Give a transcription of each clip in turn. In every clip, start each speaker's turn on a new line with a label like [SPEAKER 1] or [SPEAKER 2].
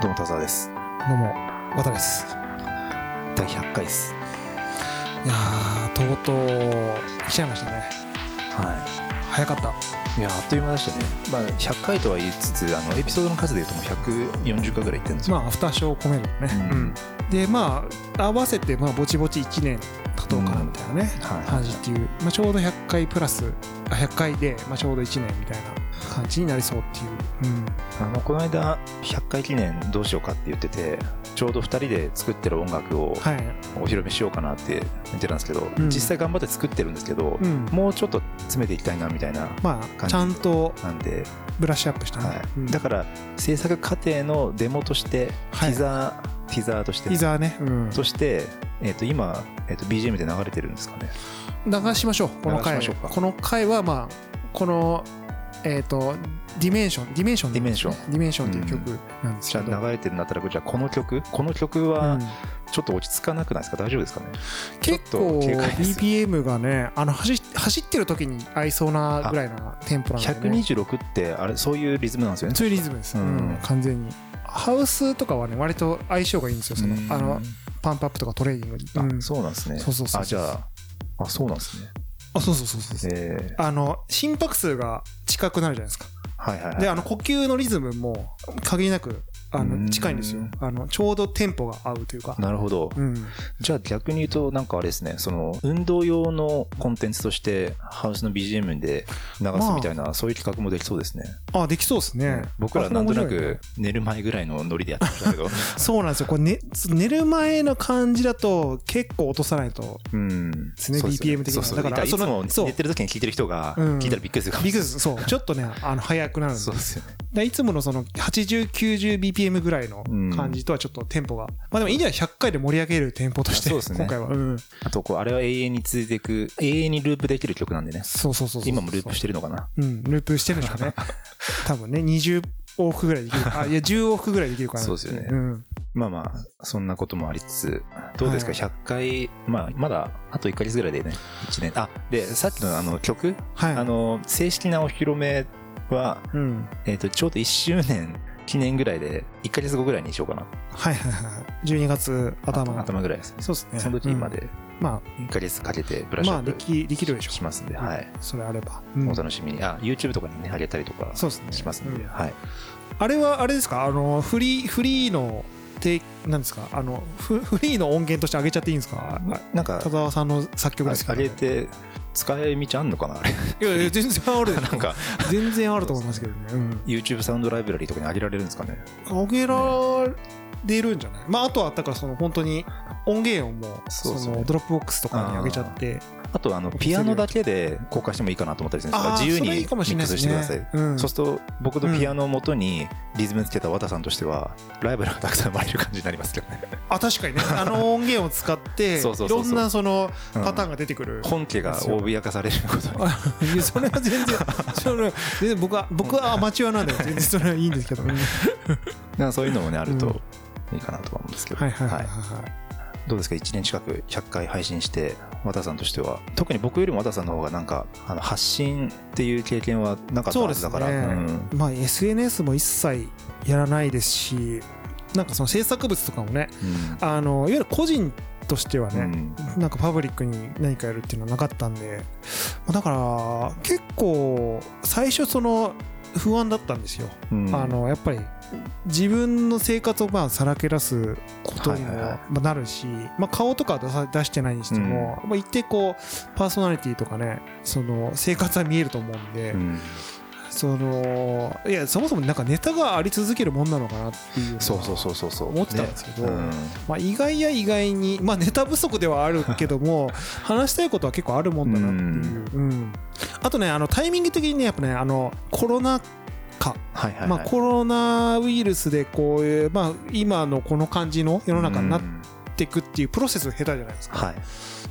[SPEAKER 1] どうも田沢です
[SPEAKER 2] どうも、渡部です。
[SPEAKER 1] 第100回です
[SPEAKER 2] いやー、とうとう、来ちゃいましたね。
[SPEAKER 1] は
[SPEAKER 2] 早かった。
[SPEAKER 1] いいやあっという間でしたねまあ100回とは言いつつあのエピソードの数でいうともう140回ぐらいいってるんですよ、
[SPEAKER 2] まあ、アフターショー込めるのね。
[SPEAKER 1] う
[SPEAKER 2] うんんで、まあ、合わせて、まあ、ぼちぼち1年経とうかなみたいなね、
[SPEAKER 1] うんはい
[SPEAKER 2] 感じっていう、まあ、ちょうど100回プラス、あ100回で、まあ、ちょうど1年みたいな感じになりそうっていう。うん。
[SPEAKER 1] あのこの間100回記念どうしようかって言っててちょうど2人で作ってる音楽を
[SPEAKER 2] はい。
[SPEAKER 1] お披露目しようかなって言ってたんですけど、
[SPEAKER 2] うん
[SPEAKER 1] 実際頑張って作ってるんですけど、
[SPEAKER 2] うん。
[SPEAKER 1] もうちょっと詰めていきたいなみたいな
[SPEAKER 2] ま
[SPEAKER 1] 感
[SPEAKER 2] あ、
[SPEAKER 1] じ
[SPEAKER 2] ちゃんと
[SPEAKER 1] なんで、
[SPEAKER 2] ブラッシュアップしたね。
[SPEAKER 1] は
[SPEAKER 2] うん
[SPEAKER 1] い、だから制作過程のデモとしてテ
[SPEAKER 2] はい
[SPEAKER 1] ィザー、ティザーとして
[SPEAKER 2] いざね、うん、
[SPEAKER 1] そして、えっと今、えっと BGM で流れてるんですかね
[SPEAKER 2] 流しましょうこの回
[SPEAKER 1] 流しましょうか
[SPEAKER 2] この回はまあこのえっ、とディメンションディメンション
[SPEAKER 1] ディメンション
[SPEAKER 2] ディメンションっていう曲なんです
[SPEAKER 1] じ
[SPEAKER 2] け
[SPEAKER 1] ゃ
[SPEAKER 2] ど、
[SPEAKER 1] あ流れてるんだったらじゃあこの曲この曲
[SPEAKER 2] う
[SPEAKER 1] は
[SPEAKER 2] ん
[SPEAKER 1] ちょっと落ち着かなくないですか大丈夫ですかね
[SPEAKER 2] 結
[SPEAKER 1] ちょ
[SPEAKER 2] 構
[SPEAKER 1] っと警戒です
[SPEAKER 2] BPM がねあの走っ走ってる時に合いそうなぐらいなテンポなんで、ね、
[SPEAKER 1] 126ってあれそういうリズムなんですよね
[SPEAKER 2] ツーリズムです、
[SPEAKER 1] うん
[SPEAKER 2] うん完全にハウスとかはね割と相性がいいんですよそのあのパンプアップとかトレーニングに、
[SPEAKER 1] あ
[SPEAKER 2] うん
[SPEAKER 1] そうなんですね
[SPEAKER 2] そうそうそう
[SPEAKER 1] あじゃああそうなんですね
[SPEAKER 2] あそうそうそうそうそう
[SPEAKER 1] え
[SPEAKER 2] あの心拍数が近くなるじゃないですか
[SPEAKER 1] ーはいはいはい
[SPEAKER 2] であの呼吸のリズムも限りなくあ
[SPEAKER 1] うー
[SPEAKER 2] の
[SPEAKER 1] ん
[SPEAKER 2] 近いんですよあのちょうどテンポが合うというか、
[SPEAKER 1] なるほど
[SPEAKER 2] うん、
[SPEAKER 1] じゃあ逆に言うとなんかあれですねその運動用のコンテンツとしてハウスの BGM で流すみたいな、そういう企画もできそうですね
[SPEAKER 2] あできそうですね
[SPEAKER 1] 僕らなんとな
[SPEAKER 2] あそれ面白い
[SPEAKER 1] く寝る前ぐらいのノリでやってましたけど
[SPEAKER 2] そうなんですよこれ、ね、寝る前の感じだと結構落とさないと
[SPEAKER 1] うん
[SPEAKER 2] 常に
[SPEAKER 1] そうですよ
[SPEAKER 2] BPM 的な
[SPEAKER 1] そうそう
[SPEAKER 2] だ
[SPEAKER 1] だか
[SPEAKER 2] か
[SPEAKER 1] ららいつ
[SPEAKER 2] その
[SPEAKER 1] も
[SPEAKER 2] そう
[SPEAKER 1] 寝てる時に聞いてる人が
[SPEAKER 2] うん
[SPEAKER 1] 聞いたらびっくりするかも
[SPEAKER 2] ビ
[SPEAKER 1] し
[SPEAKER 2] ク
[SPEAKER 1] れ
[SPEAKER 2] スそうちょっとねあの速くな
[SPEAKER 1] な
[SPEAKER 2] る
[SPEAKER 1] い
[SPEAKER 2] んで
[SPEAKER 1] そうですよね
[SPEAKER 2] でいつものその 8090bpm ぐらいの感じとはちょっとテンポが、まあでもいいんじゃない100回で盛り上げるテンポとして
[SPEAKER 1] そうですね
[SPEAKER 2] 今回は、うん、
[SPEAKER 1] あとこうあれは永遠に続いていく永遠にループできる曲なんでね
[SPEAKER 2] そうそうそうそう
[SPEAKER 1] 今もループしてるのかな
[SPEAKER 2] うん、ループしてるんでしょう ね。多分ね、20往復ぐらいできる。あ、いや、10往復ぐらいできるから。
[SPEAKER 1] そうですよね
[SPEAKER 2] うん。
[SPEAKER 1] まあまあそんなこともありつつどうですか、
[SPEAKER 2] はい
[SPEAKER 1] 100回まあまだあと1ヶ月ぐらいでね1年あでさっきのあの曲
[SPEAKER 2] はい。
[SPEAKER 1] あ、の正式なお披露目は、
[SPEAKER 2] うん。
[SPEAKER 1] えー、とちょうど1周年記念ぐらいで1ヶ月後ぐらいにしようかな
[SPEAKER 2] はいはいはい。12月頭。
[SPEAKER 1] 頭ぐらいですね
[SPEAKER 2] そうですね。
[SPEAKER 1] その時まで
[SPEAKER 2] うん。ま
[SPEAKER 1] 1ヶ月かけてブ
[SPEAKER 2] あ、
[SPEAKER 1] ラッシュ
[SPEAKER 2] ま
[SPEAKER 1] ア
[SPEAKER 2] あ、
[SPEAKER 1] ッ
[SPEAKER 2] で
[SPEAKER 1] プ
[SPEAKER 2] き、できるでしょう。
[SPEAKER 1] しますんで、はい、
[SPEAKER 2] それあれば。うん
[SPEAKER 1] お楽しみにあ YouTube とかにねあげたりとか
[SPEAKER 2] そうですね。
[SPEAKER 1] しますんで、
[SPEAKER 2] うん
[SPEAKER 1] はい、
[SPEAKER 2] あれは、あれですかあの、フリー、フリーの、て、なんですかあの、フ フリーの音源として上げちゃっていいんですか
[SPEAKER 1] なんか
[SPEAKER 2] 田沢さんの作曲です
[SPEAKER 1] あ
[SPEAKER 2] か
[SPEAKER 1] あ
[SPEAKER 2] ら
[SPEAKER 1] れ
[SPEAKER 2] ね
[SPEAKER 1] って使い道あんのかなあれ
[SPEAKER 2] いやいや、全然 あるでしょ
[SPEAKER 1] なんか
[SPEAKER 2] 全然あると思いますけどね。うん。
[SPEAKER 1] YouTube サウンドライブラリーとかにあげられるんですかね
[SPEAKER 2] 上げられるんじゃない、まあ、あとはだからその本当に音源をもう
[SPEAKER 1] そう
[SPEAKER 2] そ
[SPEAKER 1] ですね
[SPEAKER 2] のドロップボックスとかに上げちゃって
[SPEAKER 1] あとあのピアノだけで公開してもいいかなと思ったりするんですが
[SPEAKER 2] あー
[SPEAKER 1] 自由
[SPEAKER 2] そ
[SPEAKER 1] に
[SPEAKER 2] れ
[SPEAKER 1] ミ
[SPEAKER 2] いいかもしれ
[SPEAKER 1] ック
[SPEAKER 2] ない
[SPEAKER 1] ス
[SPEAKER 2] で
[SPEAKER 1] して
[SPEAKER 2] すね
[SPEAKER 1] ください
[SPEAKER 2] うん
[SPEAKER 1] そうすると僕のピアノを元にリズムつけた和田さんとしてはライバルがたくさん生まれる感じになりますけどね
[SPEAKER 2] あ確 かにねあの音源を使ってい
[SPEAKER 1] そうそうそう
[SPEAKER 2] ろ
[SPEAKER 1] そうん
[SPEAKER 2] なその
[SPEAKER 1] うん
[SPEAKER 2] パターンが出てくる、
[SPEAKER 1] 本家が脅かされることに
[SPEAKER 2] あいやそれは全 然それは全然僕は僕はアマチュアなんで全然それはいいんですけど、うん
[SPEAKER 1] なんかそういうのもねある
[SPEAKER 2] う
[SPEAKER 1] といいかなとは思うんですけど、
[SPEAKER 2] はいはいはいはい、
[SPEAKER 1] どうですか1年近く100回配信して和田さんとしては特に僕よりも和田さんの方がなんかあの発信っていう経験はなかった
[SPEAKER 2] そう
[SPEAKER 1] は
[SPEAKER 2] で
[SPEAKER 1] ず
[SPEAKER 2] す
[SPEAKER 1] だ
[SPEAKER 2] ね
[SPEAKER 1] から、うん
[SPEAKER 2] まあ SNS も一切やらないですしなんかその制作物とかもね
[SPEAKER 1] うん
[SPEAKER 2] あのいわゆる個人としてはね、
[SPEAKER 1] うん
[SPEAKER 2] なんかパブリックに何かやるっていうのはなかったんでだから結構最初その不安だったんですよ、
[SPEAKER 1] うん
[SPEAKER 2] あのやっぱり自分の生活をまあさらけ出すことにも
[SPEAKER 1] はいはいはい
[SPEAKER 2] まあなるし、まあ、顔とかは出さ出してないにしても、まあ、一定こうパーソナリティとかねその生活は見えると思うんで、
[SPEAKER 1] うん
[SPEAKER 2] そのいやそもそもなんかネタがあり続けるもんなのかなっていうのは
[SPEAKER 1] そうそうそうそうそう
[SPEAKER 2] 思ってたんですけど
[SPEAKER 1] ねうん
[SPEAKER 2] まあ、意外や意外に、まあ、ネタ不足ではあるけども話したいことは結構あるもんだなっていう、うんあとねあのタイミング的にねやっぱねあのコロナ禍、
[SPEAKER 1] はいはいはい
[SPEAKER 2] まあ、コロナウイルスでこういう、まあ、今のこの感じの世の中になっ
[SPEAKER 1] うん
[SPEAKER 2] ていくっていうプロセス下手じゃないですか、
[SPEAKER 1] はい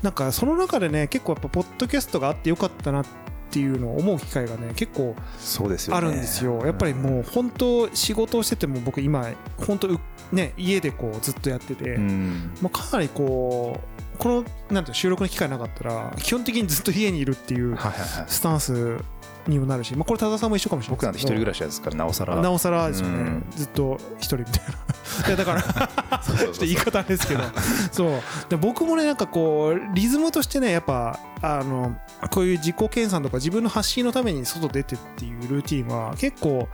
[SPEAKER 2] なんかその中でね結構やっぱポッドキャストがあってよかったなっていうのを思う機会がね結構
[SPEAKER 1] そうですよ
[SPEAKER 2] あ
[SPEAKER 1] ね
[SPEAKER 2] るんですよやっぱりもう本当仕事をしてても僕今本当うね家でこうずっとやってて、
[SPEAKER 1] うん
[SPEAKER 2] まあ、かなりこうこのなんていうの収録の機会なかったら基本的にずっと家にいるっていう
[SPEAKER 1] はいはいはい
[SPEAKER 2] スタンスにもなるし、まあ、これ多田さんも一緒かもしれない
[SPEAKER 1] 僕なんて一人暮らしですからなおさら
[SPEAKER 2] なおさらですよ
[SPEAKER 1] う
[SPEAKER 2] ね
[SPEAKER 1] ん
[SPEAKER 2] ずっと一人みたい ないやだから
[SPEAKER 1] そう
[SPEAKER 2] ちょっと言い方あれですけどそうで僕もねなんかこうリズムとしてねやっぱあのこういう自己研鑽とか自分の発信のために外出てっていうルーティンは結構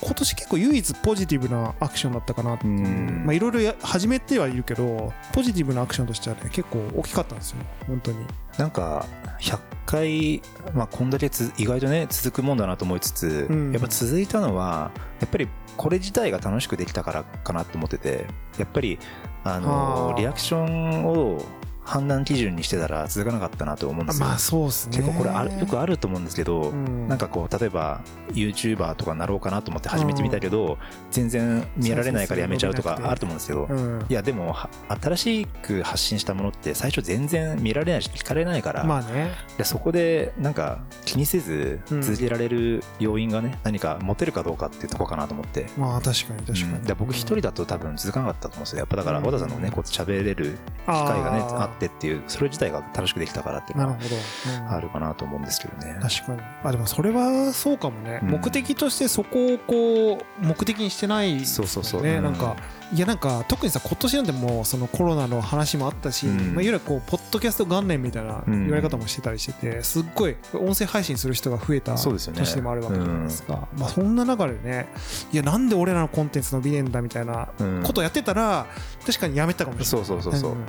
[SPEAKER 2] 今年結構唯一ポジティブなアクションだったかなっていう
[SPEAKER 1] うん
[SPEAKER 2] まあいろいろや始めてはいるけどポジティブなアクションとしてはね結構大きかったんですよ本当に
[SPEAKER 1] なんか100回、まあ、こんだけつ意外とね続くもんだなと思いつつ、
[SPEAKER 2] うん
[SPEAKER 1] やっぱ続いたのはやっぱりこれ自体が楽しくできたからかなと思っててやっぱりあの
[SPEAKER 2] あー
[SPEAKER 1] リアクションを判断基準にしてたら続かなかったなと思うんですよ、
[SPEAKER 2] まあそうですね
[SPEAKER 1] 結構これあるよく
[SPEAKER 2] あ
[SPEAKER 1] あると思うんですけど、
[SPEAKER 2] うん
[SPEAKER 1] なんかこう例えば YouTuber とかなろうかなと思って始めてみたけど、全然見られないからやめちゃうとかあると思うんですけど、
[SPEAKER 2] うん
[SPEAKER 1] いやでもは新しく発信したものって最初全然見られないし聞かれないから、
[SPEAKER 2] まあね
[SPEAKER 1] でそこでなんか気にせず
[SPEAKER 2] うん
[SPEAKER 1] 続けられる要因がね、何か持てるかどうかっていうとこかなと思って。
[SPEAKER 2] まあ確かに確か
[SPEAKER 1] うん
[SPEAKER 2] に、
[SPEAKER 1] で僕一人だと多分続かなかったと思うんですよやっぱだから
[SPEAKER 2] うん
[SPEAKER 1] 和田さんのねこう喋れる
[SPEAKER 2] 機
[SPEAKER 1] 機会がねあってっていうそれ自体が楽しくできたからっていう
[SPEAKER 2] な
[SPEAKER 1] の
[SPEAKER 2] る
[SPEAKER 1] は
[SPEAKER 2] ほど、うん
[SPEAKER 1] あるかなと思うんですけどね
[SPEAKER 2] 確かにあでもそれはそうかもね、
[SPEAKER 1] うん
[SPEAKER 2] 目的としてそこをこう目的にしてないです
[SPEAKER 1] そ
[SPEAKER 2] もん
[SPEAKER 1] うそうそう
[SPEAKER 2] ね
[SPEAKER 1] うん
[SPEAKER 2] なんかいやなんか特にさ今年なんてもうそのコロナの話もあったし、
[SPEAKER 1] うん
[SPEAKER 2] まあ、いわゆるこうポッドキャスト元年みたいな
[SPEAKER 1] うん
[SPEAKER 2] 言われ方もしてたりしててすっごい音声配信する人が増えた
[SPEAKER 1] そうですよね
[SPEAKER 2] 年でもあるわけじゃないですか、まあ、そんな中でねいやなんで俺らのコンテンツ伸びねえんだみたいな
[SPEAKER 1] うん
[SPEAKER 2] ことやってたら確かにやめてたかもしれない
[SPEAKER 1] そうそうそうそう、
[SPEAKER 2] んん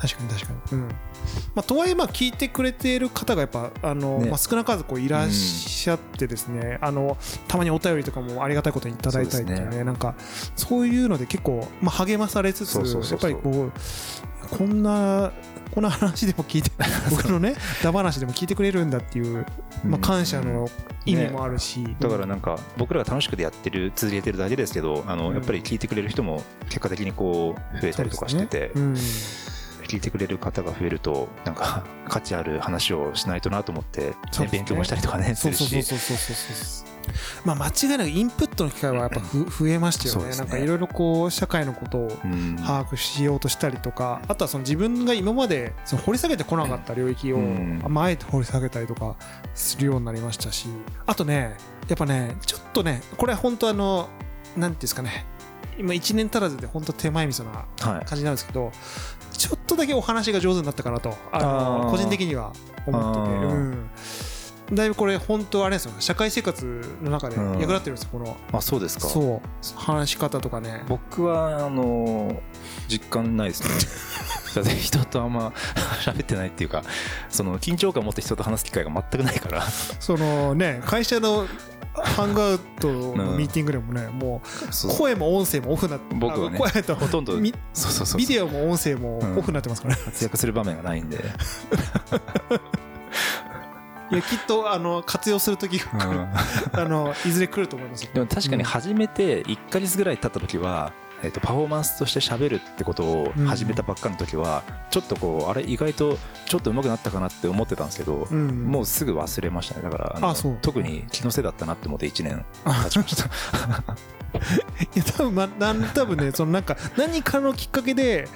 [SPEAKER 2] 確かに確かに、うんまあ、とはいえまあ聞いてくれている方がやっぱあの、
[SPEAKER 1] ね
[SPEAKER 2] まあ、少なからずこういらっしゃってですね、あのたまにお便りとかもありがたいことにいただいたりとか
[SPEAKER 1] そう
[SPEAKER 2] ね
[SPEAKER 1] です
[SPEAKER 2] なんかそういうので結構、まあ、励まされつつ
[SPEAKER 1] そうそうそうそう
[SPEAKER 2] やっぱりこうこんなこんな話でも聞 いて僕のねダ話でも聞いてくれるんだっていう、まあ、感謝の意味もあるし、
[SPEAKER 1] だからなんか僕らが楽しくでやってる続けてるだけですけどあの、
[SPEAKER 2] うん
[SPEAKER 1] やっぱり聞いてくれる人も結果的にこう増えたりとかしてて、
[SPEAKER 2] そうです
[SPEAKER 1] 聞いてくれる方が増えるとなんか 価値ある話をしないとなと思って、ね
[SPEAKER 2] そうですね
[SPEAKER 1] 勉強もしたりとかねす
[SPEAKER 2] そう
[SPEAKER 1] る
[SPEAKER 2] そう
[SPEAKER 1] し
[SPEAKER 2] そうそうそうそうそうまあ間違いなくインプットの機会はやっぱふ増えましたよ
[SPEAKER 1] そう
[SPEAKER 2] ね
[SPEAKER 1] です
[SPEAKER 2] な
[SPEAKER 1] ね
[SPEAKER 2] んかいろいろこう社会のことを
[SPEAKER 1] うん
[SPEAKER 2] 把握しようとしたりとかあとはその自分が今までその掘り下げてこなかった領域を、
[SPEAKER 1] うん
[SPEAKER 2] まあ、あえて掘り下げたりとかするようになりましたしあとねやっぱねちょっとねこれは本当あのなんていうんですかね今1年足らずで本当手前味噌な
[SPEAKER 1] はい
[SPEAKER 2] 感じなんですけどちょっとだけお話が上手になったかなとあの
[SPEAKER 1] あー
[SPEAKER 2] 個人的には思ってて、
[SPEAKER 1] あー
[SPEAKER 2] うん、だいぶこれ本当あれですよ社会生活の中で
[SPEAKER 1] うん
[SPEAKER 2] 役立ってるんですよこの
[SPEAKER 1] あそうですか
[SPEAKER 2] そう話し方とかね
[SPEAKER 1] 僕はあのー実感ないですね だって人とあんま 喋ってないっていうかその緊張感を持って人と話す機会が全くないから
[SPEAKER 2] そのね会社のハングアウトのミーティングでもねもう
[SPEAKER 1] そう
[SPEAKER 2] 声も音声もオフな
[SPEAKER 1] 僕はね
[SPEAKER 2] あ声と
[SPEAKER 1] ほとんど
[SPEAKER 2] み
[SPEAKER 1] そうそうそう
[SPEAKER 2] ビデオも音声も
[SPEAKER 1] うん
[SPEAKER 2] オフになってますからね、
[SPEAKER 1] 活躍する場面がないんで、
[SPEAKER 2] いやきっとあの活用する時が
[SPEAKER 1] う
[SPEAKER 2] 来る、
[SPEAKER 1] ん
[SPEAKER 2] あのいずれ来ると思いますよ
[SPEAKER 1] でも確かに始めて1ヶ月ぐらい経った時は、えっとパフォーマンスとして喋るってことを始めたばっかの時は、ちょっとこうあれ意外とちょっと上手くなったかなって思ってたんですけど、
[SPEAKER 2] うん
[SPEAKER 1] もうすぐ忘れましたねだからの
[SPEAKER 2] あそう
[SPEAKER 1] 特に気のせいだったなって思って1年経ちました
[SPEAKER 2] いや多分ま なん多分ねそのなんか何かのきっかけで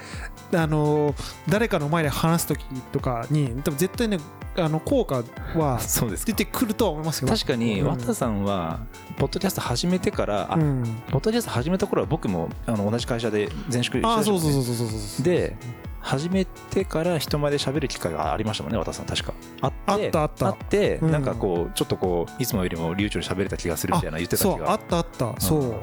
[SPEAKER 2] あの誰かの前で話す時とかに多分絶対ねあの効果は
[SPEAKER 1] そうです
[SPEAKER 2] 出
[SPEAKER 1] か
[SPEAKER 2] てくるとは思いますよ
[SPEAKER 1] 確かに
[SPEAKER 2] うん
[SPEAKER 1] 綿さんはポッドキャスト始めてから、あ
[SPEAKER 2] うん、
[SPEAKER 1] ポッドキャスト始めた頃は僕もあの同じ会社で前職一緒でした
[SPEAKER 2] あ
[SPEAKER 1] もん
[SPEAKER 2] あ
[SPEAKER 1] ね
[SPEAKER 2] そうそうそうそうそうそう
[SPEAKER 1] で始めてから人前で喋る機会がありましたもんね和田さん確かあって
[SPEAKER 2] あったあった
[SPEAKER 1] て
[SPEAKER 2] うん
[SPEAKER 1] なんかこうちょっとこういつもよりも流暢に喋れた気がするみたいな言ってた気
[SPEAKER 2] そうあ
[SPEAKER 1] が
[SPEAKER 2] ったあった、
[SPEAKER 1] ん
[SPEAKER 2] そう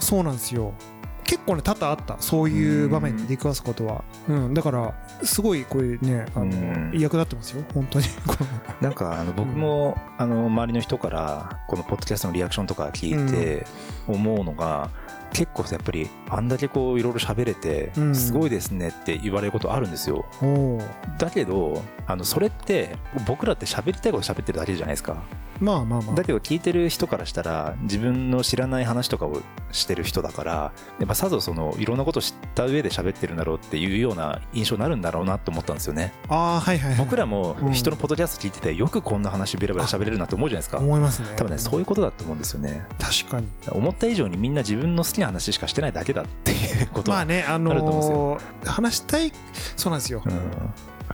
[SPEAKER 2] そうなんですよ結構ね多々あったそういう場面に出くわすことは、うん、だからすごいこれねあの、
[SPEAKER 1] うん
[SPEAKER 2] 役立ってますよ本当に この
[SPEAKER 1] なんかあの僕もあの周りの人からこのポッドキャストのリアクションとか聞いて思うのが結構やっぱりあんだけこういろいろ喋れて
[SPEAKER 2] うん
[SPEAKER 1] すごいですねって言われることあるんですよ
[SPEAKER 2] おう
[SPEAKER 1] だけどあのそれって僕らって喋りたいこと喋ってるだけじゃないですか
[SPEAKER 2] まあまあまあ
[SPEAKER 1] だけど聞いてる人からしたら自分の知らない話とかをしてる人だからやっぱさぞそのいろんなことを知った上で喋ってるんだろうっていうような印象になるんだろうなと思ったんですよね
[SPEAKER 2] ああはいはい、はい、
[SPEAKER 1] 僕らも
[SPEAKER 2] うん
[SPEAKER 1] 人のポッドキャスト聞いててよくこんな話ベラベラ喋れるなって思うじゃないですか
[SPEAKER 2] 思いますね
[SPEAKER 1] 多分ねそういうことだと思うんですよね
[SPEAKER 2] 確かに
[SPEAKER 1] 思った以上にみんな自分の好きな話しかしてないだけだっていうこと
[SPEAKER 2] まあね、あ
[SPEAKER 1] あると思
[SPEAKER 2] のー話したい、そうなんですよ、
[SPEAKER 1] うん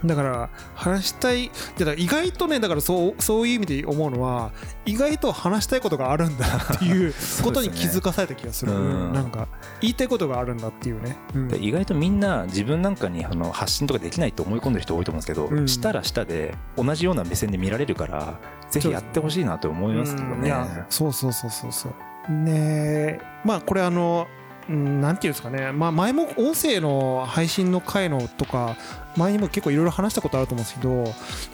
[SPEAKER 2] だから話したいいやだから意外とねだからそうそういう意味で思うのは意外と話したいことがあるんだなっ ていうことに気づかされた気がする
[SPEAKER 1] うん
[SPEAKER 2] なんか言いたいことがあるんだっていうね、うん
[SPEAKER 1] で意外とみんな自分なんかにあの発信とかできないと思い込んでる人多いと思うんですけど、
[SPEAKER 2] うん
[SPEAKER 1] したらしたで同じような目線で見られるからぜひやってほしいなと思いますけど
[SPEAKER 2] うんい
[SPEAKER 1] ね。
[SPEAKER 2] やそうそうそうそうそうねえまあこれあのうんなんていうんですかね、まあ、前も音声の配信の回のとか前にも結構いろいろ話したことあると思うんですけどや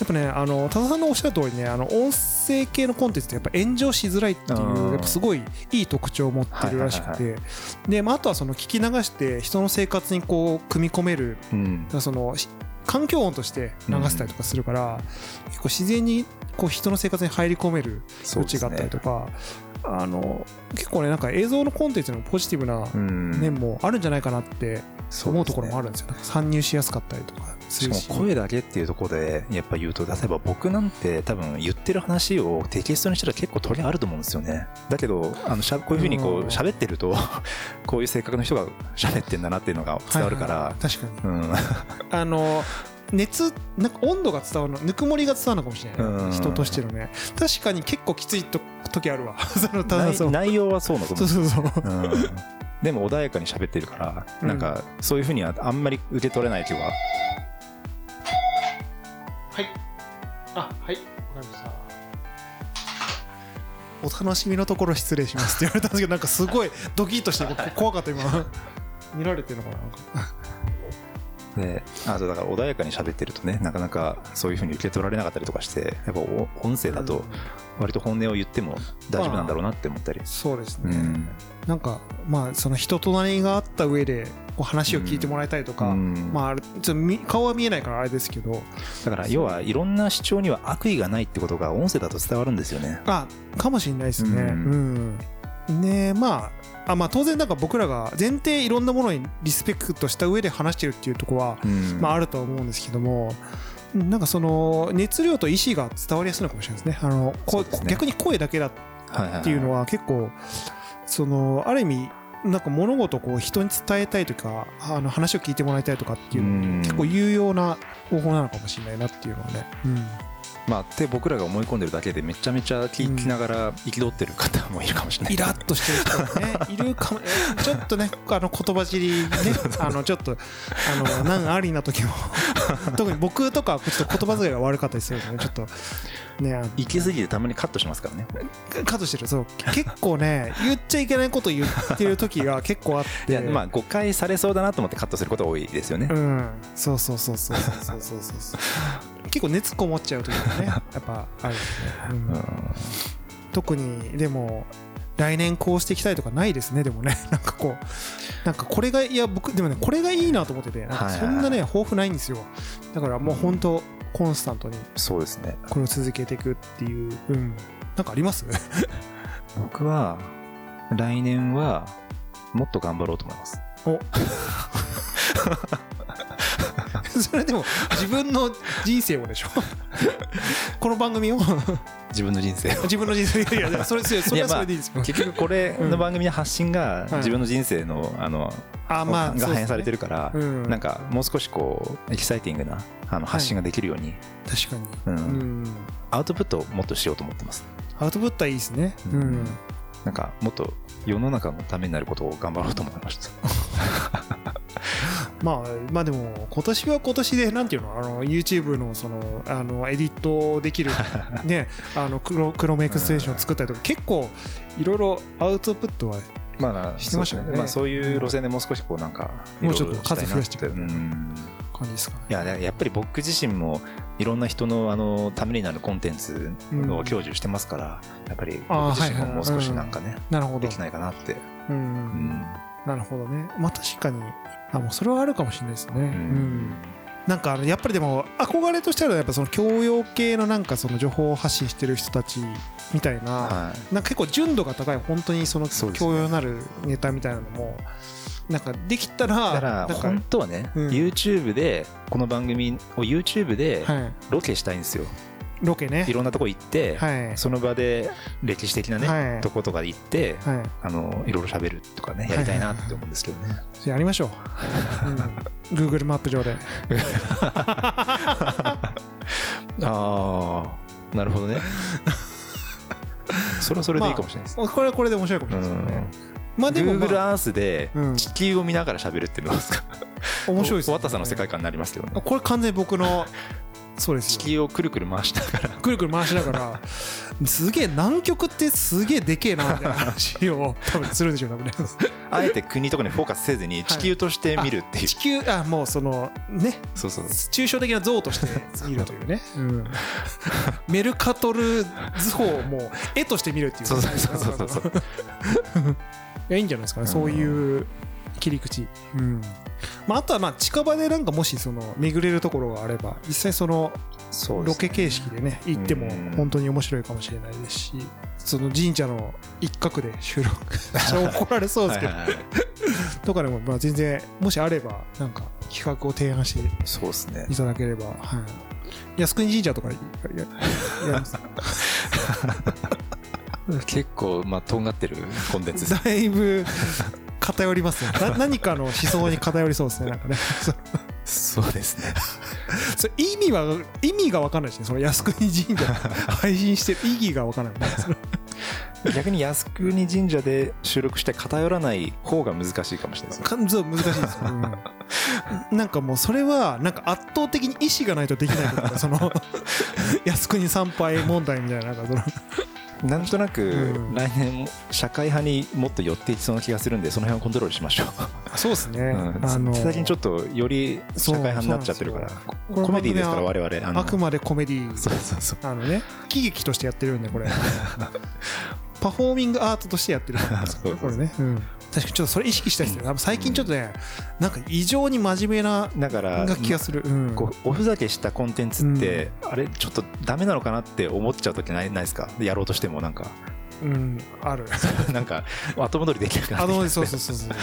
[SPEAKER 2] っぱねあの多田さんのおっしゃる通りねあの音声系のコンテンツってやっぱ炎上しづらいってい
[SPEAKER 1] うん
[SPEAKER 2] うやっぱすごいいい特徴を持ってるらしくてで、まあ、あとはその聞き流して人の生活にこう組み込める
[SPEAKER 1] うん
[SPEAKER 2] だからそのし環境音として流したりとかするから、結構自然にこう人の生活に入り込める
[SPEAKER 1] そう
[SPEAKER 2] 余
[SPEAKER 1] です
[SPEAKER 2] 地
[SPEAKER 1] ね
[SPEAKER 2] があったりとか、あの結構ねなんか映像のコンテンツのポジティブな
[SPEAKER 1] うん
[SPEAKER 2] 面もあるんじゃないかなって
[SPEAKER 1] そうですね
[SPEAKER 2] 思うところもあるんですよ、なんか参入しやすかったりとかす
[SPEAKER 1] し
[SPEAKER 2] る
[SPEAKER 1] か
[SPEAKER 2] し
[SPEAKER 1] も声だけっていうところでやっぱ言うと例えば僕なんて多分言ってる話をテキストにしたら結構取りあると思うんですよねだけどあのしゃこういうふうにこ
[SPEAKER 2] うん
[SPEAKER 1] う喋ってると こういう性格の人が喋ってんだなっていうのが伝わるか
[SPEAKER 2] はいは
[SPEAKER 1] ら
[SPEAKER 2] い確かに
[SPEAKER 1] うん
[SPEAKER 2] あの熱なんか温度が伝わるのぬくもりが伝わるのかもしれな
[SPEAKER 1] う
[SPEAKER 2] い
[SPEAKER 1] ん
[SPEAKER 2] 人としてのね確かに結構きついと時あるわ そのただ
[SPEAKER 1] 内
[SPEAKER 2] そう
[SPEAKER 1] 内容はそうなと思
[SPEAKER 2] そううそうそう
[SPEAKER 1] うんでも穏やかに喋ってるから、
[SPEAKER 2] うん
[SPEAKER 1] なんかそういうふうにはあんまり受け取れないというか
[SPEAKER 2] はい。あ、はい。わかりました。お楽しみのところ失礼しますって言われたんですけど、なんかすごいドキッとして、僕怖かった今。 見られてるのかななんか
[SPEAKER 1] であとだから穏やかに喋ってるとねなかなかそういうふうに受け取られなかったりとかしてやっぱお音声だと割と本音を言っても大丈夫なんだろうなって思ったり。
[SPEAKER 2] そうです
[SPEAKER 1] う
[SPEAKER 2] ね。
[SPEAKER 1] ん
[SPEAKER 2] なんか、まあ、その人となりがあった上で、こう話を聞いてもらえたりとか、
[SPEAKER 1] うん
[SPEAKER 2] まああれ、ちょっとみ顔は見えないからあれですけど、
[SPEAKER 1] だから要はいろんな主張には悪意がないってことが音声だと伝わるんですよね。
[SPEAKER 2] あかもしれないですね。う、
[SPEAKER 1] うん
[SPEAKER 2] ねまああまあ当然なんか僕らが前提いろんなものにリスペクトした上で話してるっていうところは、
[SPEAKER 1] うん
[SPEAKER 2] まあ、あるとは思うんですけども。なんかその熱量と意思が伝わりやすいのかもしれないですね。あの
[SPEAKER 1] そ
[SPEAKER 2] こ
[SPEAKER 1] うですね
[SPEAKER 2] 逆に声だけだっ
[SPEAKER 1] はいは
[SPEAKER 2] ていうの
[SPEAKER 1] は
[SPEAKER 2] は結構そのある意味なんか物事をこう人に伝えたいというかあの話を聞いてもらいたいとかっていうのは
[SPEAKER 1] うん
[SPEAKER 2] 結構有用な方法なのかもしれないなっていうのはね。
[SPEAKER 1] まあって僕らが思い込んでるだけでめちゃめちゃ聞きながら憤ってる方もいるかもしれない。
[SPEAKER 2] イラッとしてる人がねいるかもえちょっと ねあの言葉尻ねあのちょっとあの難あり な時も特に僕とかはちょっと言葉遣いが悪かったりするのでちょっとねあの
[SPEAKER 1] 行き過ぎてたまにカットしますからね。
[SPEAKER 2] カットしてるそう結構ね言っちゃいけないこと言ってる時が結構あっ
[SPEAKER 1] い
[SPEAKER 2] て
[SPEAKER 1] やまあ誤解されそうだなと思ってカットすることが多いですよね
[SPEAKER 2] う。んそうそうそうそうそうそうそうそう 結構熱こもっちゃう時がねやっぱあるよね、うん特にでも来年こうしていきたいとかないですねでもね なんかこうなんかこれがいや僕でもねこれがいいなと思っててなんか
[SPEAKER 1] はいはい
[SPEAKER 2] そ
[SPEAKER 1] はい
[SPEAKER 2] んなね豊富ないんですよだからもう本当コンスタントに
[SPEAKER 1] そうですね。
[SPEAKER 2] これを続けていくっていう、うん、なんかあります
[SPEAKER 1] 僕は来年はもっと頑張ろうと思います。
[SPEAKER 2] それでも自分の人生をでしょ この番組を
[SPEAKER 1] 自分の人 生を。
[SPEAKER 2] 自分の人生いやいやそれそれそれはそれでいいですよ、
[SPEAKER 1] 結局これの番組の発信が
[SPEAKER 2] うん
[SPEAKER 1] 自分の人生のあの
[SPEAKER 2] あまあ
[SPEAKER 1] が反映されてる
[SPEAKER 2] る
[SPEAKER 1] から、
[SPEAKER 2] うん
[SPEAKER 1] なんかもう少しこうエキサイティングなあの発信ができるように、
[SPEAKER 2] 確かに
[SPEAKER 1] うん
[SPEAKER 2] うん
[SPEAKER 1] アウトプットをもっとしようと思ってます
[SPEAKER 2] アウトプットはいいですねう
[SPEAKER 1] うん
[SPEAKER 2] ん
[SPEAKER 1] なんかもっと世の中のためになることを頑張ろうと思いました
[SPEAKER 2] まあ、まあでも今年は今年でなんていうのあの YouTube のそのあのエディットでき る、ね、あのクロクロームエクステンションを作ったりとか結構いろいろアウトプットは
[SPEAKER 1] まあ
[SPEAKER 2] してましたよ
[SPEAKER 1] そう
[SPEAKER 2] ね
[SPEAKER 1] ですまあ、そういう路線でもう少しこうなんか
[SPEAKER 2] もうちょっと数増やしてい
[SPEAKER 1] く
[SPEAKER 2] く
[SPEAKER 1] るうん
[SPEAKER 2] 感じですかね。
[SPEAKER 1] いやねやっぱり僕自身もいろんな人のあのためになるコンテンツを享受してますから、やっぱり
[SPEAKER 2] あー
[SPEAKER 1] 僕自身
[SPEAKER 2] はい
[SPEAKER 1] も
[SPEAKER 2] はい
[SPEAKER 1] もう少しなんかね、
[SPEAKER 2] なるほ
[SPEAKER 1] で
[SPEAKER 2] ど
[SPEAKER 1] きないかなって、
[SPEAKER 2] う
[SPEAKER 1] うんん
[SPEAKER 2] なるほどね。まあ確かにあもうそれはあるかもしれないですね。う
[SPEAKER 1] うん
[SPEAKER 2] んなんかあのやっぱりでも憧れとしてはやっぱその教養系のなんかその情報発信してる人たちみたいな。
[SPEAKER 1] はい
[SPEAKER 2] なんか結構純度が高い本当にその
[SPEAKER 1] そうですね
[SPEAKER 2] 教養なるネタみたいなのもなんかできた
[SPEAKER 1] だからら本当はね、
[SPEAKER 2] うん
[SPEAKER 1] YouTube でこの番組を YouTube で
[SPEAKER 2] はい
[SPEAKER 1] ロケしたいんですよ、
[SPEAKER 2] ロケね
[SPEAKER 1] いろんなとこ行って、
[SPEAKER 2] はい
[SPEAKER 1] その場で歴史的なね、
[SPEAKER 2] はい
[SPEAKER 1] とことかで行って、
[SPEAKER 2] はい
[SPEAKER 1] あのいろいろ喋るとかねやりたいなって思うんですけどね、
[SPEAKER 2] それやりましょう、 うん、Google マップ上で
[SPEAKER 1] ああなるほどね それはそれでいいかもしれないです、
[SPEAKER 2] これはこれで面白いかもしれないですよね、まあでも、
[SPEAKER 1] Google
[SPEAKER 2] まあ、
[SPEAKER 1] Earth で
[SPEAKER 2] うん
[SPEAKER 1] 地球を見ながら喋るっていうのはですか
[SPEAKER 2] 面白いですね
[SPEAKER 1] ワタさんの世界観になりますけどね
[SPEAKER 2] これ完全に僕のそうです
[SPEAKER 1] 地
[SPEAKER 2] よ
[SPEAKER 1] 球をくるくる回しながら
[SPEAKER 2] くるくる回しながらすげえ南極ってすげえでけえなみたい な話を多分するんでしょうね多分ね
[SPEAKER 1] あえて国とかにフォーカスせずに地球として見るっていう、
[SPEAKER 2] 地球あもうそのね
[SPEAKER 1] そうそう
[SPEAKER 2] 抽象的な像として見るというね、うん、メルカトル図法をもう絵として見るっていう
[SPEAKER 1] そうそうそうそうそう
[SPEAKER 2] いやいいんじゃないですかね、そういう切り口、うんまあ、あとはまあ近場でなんかもしその巡れるところがあれば実際その
[SPEAKER 1] そうで
[SPEAKER 2] ロ
[SPEAKER 1] すね
[SPEAKER 2] ケ形式でね行っても
[SPEAKER 1] うん
[SPEAKER 2] 本当に面白いかもしれないですしその神社の一角で収 録それ怒られそうですけど
[SPEAKER 1] はいはいはい
[SPEAKER 2] とかでもまあ全然もしあればなんか企画を提案して
[SPEAKER 1] そうですね
[SPEAKER 2] いただければ、はい、靖国神社とかやややります
[SPEAKER 1] 結構まあとんがってるコンテンツです
[SPEAKER 2] だいぶ偏りますね な何かの思想に偏りそうですねなんか ねそう
[SPEAKER 1] そうですね
[SPEAKER 2] それ意味は意味が分かんないしねその靖国神社 配信してる意義が分からないそれ
[SPEAKER 1] 逆に靖国神社で収録して偏らない方が難しいかもしれないですね
[SPEAKER 2] かそう難しいですよ、うんなんかもうそれはなんか圧倒的に意志がないとできないことだそ の靖国参拝問題みたいななんかその
[SPEAKER 1] なんとなく
[SPEAKER 2] うん
[SPEAKER 1] 来年社会派にもっと寄っていきそうな気がするんでその辺をコントロールしましょう、
[SPEAKER 2] そうですね、
[SPEAKER 1] うん、
[SPEAKER 2] あの
[SPEAKER 1] 最近ちょっとより社
[SPEAKER 2] そう
[SPEAKER 1] 会派になっちゃってるから
[SPEAKER 2] そう
[SPEAKER 1] こ
[SPEAKER 2] この
[SPEAKER 1] コメディーですから
[SPEAKER 2] 番
[SPEAKER 1] 我々あの
[SPEAKER 2] あくまでコメディ
[SPEAKER 1] そうそうそう
[SPEAKER 2] あのね喜劇としてやってるんでこれ パフォーミングアートとしてや ってるから
[SPEAKER 1] そうそう
[SPEAKER 2] これね、うん確かにちょっとそれ意識したいですね多分最近ちょっとねなんか異常に真面目な
[SPEAKER 1] だから
[SPEAKER 2] が気がする、うん、
[SPEAKER 1] こうおふざけしたコンテンツって、あれちょっとダメなのかなって思っちゃう時ないないですかやろうとしてもなんか
[SPEAKER 2] うん、ある。
[SPEAKER 1] なんか後戻りできなくなって
[SPEAKER 2] あ
[SPEAKER 1] き
[SPEAKER 2] の
[SPEAKER 1] て
[SPEAKER 2] そうそうそうそう。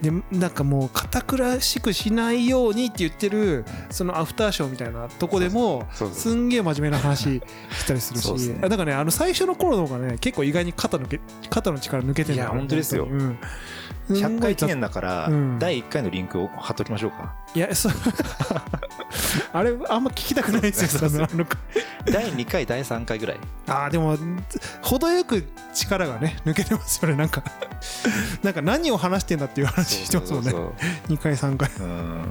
[SPEAKER 2] でなんかもう堅苦しくしないようにって言ってるそのアフターショーみたいなとこでも
[SPEAKER 1] そうそう
[SPEAKER 2] すんげえ真面目な話したりするし
[SPEAKER 1] そうっすね
[SPEAKER 2] あだからねあの最初の頃の方がね結構意外に肩抜け肩の力抜けてる
[SPEAKER 1] いや本当ですよ
[SPEAKER 2] うん、
[SPEAKER 1] 100回記念だから、
[SPEAKER 2] うん
[SPEAKER 1] 第1回のリンクを貼っときましょうか
[SPEAKER 2] いやそう あれあんま聞きたくないです よ
[SPEAKER 1] そうそう
[SPEAKER 2] あの
[SPEAKER 1] 第2回第3回ぐらい
[SPEAKER 2] あーでも程よく力がね抜 けてますよ ねなんかなんか何を話してんだっていう話 してますもんね
[SPEAKER 1] そうそうそう
[SPEAKER 2] 2回3回
[SPEAKER 1] うん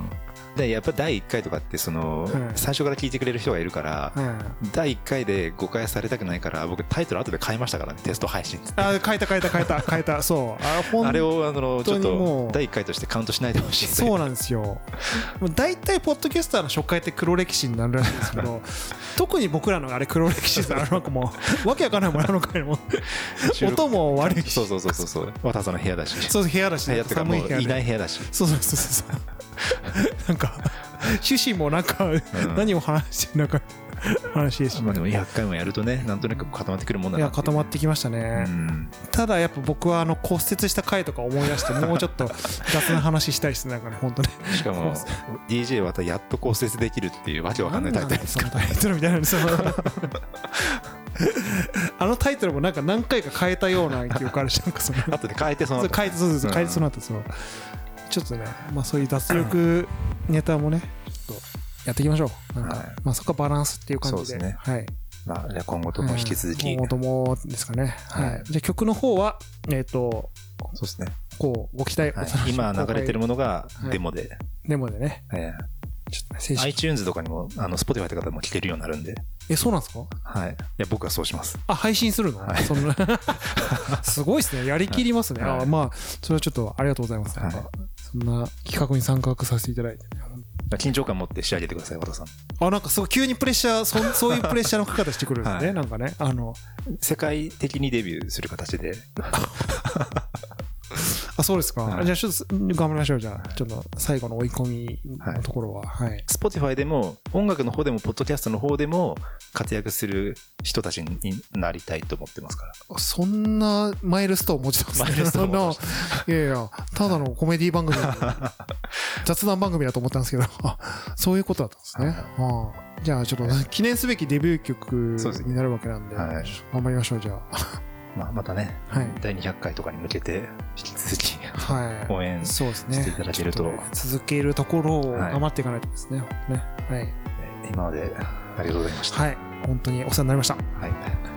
[SPEAKER 1] でやっぱ第1回とかってその、
[SPEAKER 2] うん
[SPEAKER 1] 最初から聞いてくれる人がいるから、
[SPEAKER 2] うん
[SPEAKER 1] 第1回で誤解されたくないから僕タイトル後で変えましたからねテスト配信っつって
[SPEAKER 2] あ変えた変えた変 えた変えたそうあほん
[SPEAKER 1] あれをあのちょっ
[SPEAKER 2] 本当にも
[SPEAKER 1] と
[SPEAKER 2] う
[SPEAKER 1] 第1回としてカウントしないでほしいとい
[SPEAKER 2] そうなんですよもう大体ポッドキャスターの初回って黒歴史になるらしいんです けど特に僕らのあれ黒歴史ですあのなんかもうわけわかんないもんあの回も
[SPEAKER 1] 収録
[SPEAKER 2] 音も悪いし
[SPEAKER 1] そうそうそうそうそう渡さんの部屋だし
[SPEAKER 2] そう部屋だし、
[SPEAKER 1] 部屋っていうかも
[SPEAKER 2] 寒い部屋
[SPEAKER 1] う
[SPEAKER 2] で
[SPEAKER 1] いない部屋だし
[SPEAKER 2] そうそうそうそうそうなんか趣旨もなんか、何を話してるのか話ですし、
[SPEAKER 1] まあでも100回もやるとねなんとなく固まってくるもんだ
[SPEAKER 2] い
[SPEAKER 1] な
[SPEAKER 2] や固まってきました
[SPEAKER 1] う
[SPEAKER 2] ね、
[SPEAKER 1] ん
[SPEAKER 2] ただやっぱ僕はあの骨折した回とか思い 出してもうちょっと雑な話したいですねなんかね本当ね
[SPEAKER 1] しかも DJ 渡やっと骨折できるっていうわけわかんないタイトルですから
[SPEAKER 2] なんなんだそのタイトルみたいなのそのあのタイトルもなんか何回か変えたような記憶あるしなんかその
[SPEAKER 1] 後で変えてその
[SPEAKER 2] そう
[SPEAKER 1] 後
[SPEAKER 2] 変えてそうそうそう
[SPEAKER 1] うん
[SPEAKER 2] 変えてそうなったそのちょっとねまあそういう脱力ネタもねちょっとやっていきましょうなんか、
[SPEAKER 1] はい
[SPEAKER 2] まあそこはバランスっていう感じで
[SPEAKER 1] そうですね
[SPEAKER 2] はい
[SPEAKER 1] まあじゃあ今後とも引き続き
[SPEAKER 2] 今後ともですかね
[SPEAKER 1] は
[SPEAKER 2] はいい、じゃあ曲の方はえっ、と
[SPEAKER 1] そうですね
[SPEAKER 2] こうご期待、
[SPEAKER 1] はい
[SPEAKER 2] お楽しみ
[SPEAKER 1] 今流れてるものが
[SPEAKER 2] はい
[SPEAKER 1] デモで、
[SPEAKER 2] デモでね
[SPEAKER 1] え
[SPEAKER 2] ちょっとね正
[SPEAKER 1] ー
[SPEAKER 2] 式
[SPEAKER 1] iTunes とかにもあの Spotify とかでも聴けるようになるんで、
[SPEAKER 2] えそうなんですか
[SPEAKER 1] はい、いや僕はそうします
[SPEAKER 2] あ、配信するの、
[SPEAKER 1] はい
[SPEAKER 2] そ んなすごいですね。やりきりますね。
[SPEAKER 1] はい
[SPEAKER 2] あまあ、それはちょっとありがとうございます。
[SPEAKER 1] はい
[SPEAKER 2] なんかそんな企画に参画させていただいて、ね。
[SPEAKER 1] 緊張感持って仕上げてください和田さん
[SPEAKER 2] あ、なんかそう、急にプレッシャ ー、そんそういうプレッシャーのかか方してくるんですね。
[SPEAKER 1] はい
[SPEAKER 2] なんかね、あの、
[SPEAKER 1] 世界的にデビューする形で
[SPEAKER 2] あそうですか、
[SPEAKER 1] はい
[SPEAKER 2] じゃあちょっと頑張りましょうじゃあちょっと最後の追い込みのところははい、
[SPEAKER 1] Spotify でも音楽の方でもポッドキャストの方でも活躍する人たちになりたいと思ってますから
[SPEAKER 2] そんなマイルストーン持ち出す
[SPEAKER 1] マイルストーン持ち
[SPEAKER 2] そん ないやいやただのコメディ番組 雑談番組だと思ったんですけどあそういうことだったんですね、ああじゃあちょっと記念すべきデビュー曲
[SPEAKER 1] そうですね
[SPEAKER 2] になるわけなんで
[SPEAKER 1] はい
[SPEAKER 2] 頑張りましょうじゃあ
[SPEAKER 1] まあ、またね、
[SPEAKER 2] はい
[SPEAKER 1] 第200回とかに向けて引き続き
[SPEAKER 2] はい
[SPEAKER 1] 応援
[SPEAKER 2] そうです
[SPEAKER 1] してい
[SPEAKER 2] ね
[SPEAKER 1] ただけると、
[SPEAKER 2] 続けるところを
[SPEAKER 1] はい
[SPEAKER 2] 頑張っていかないとですね、本当ねはい
[SPEAKER 1] えー今までありがとうございました。
[SPEAKER 2] はい、本当にお世話になりました
[SPEAKER 1] はい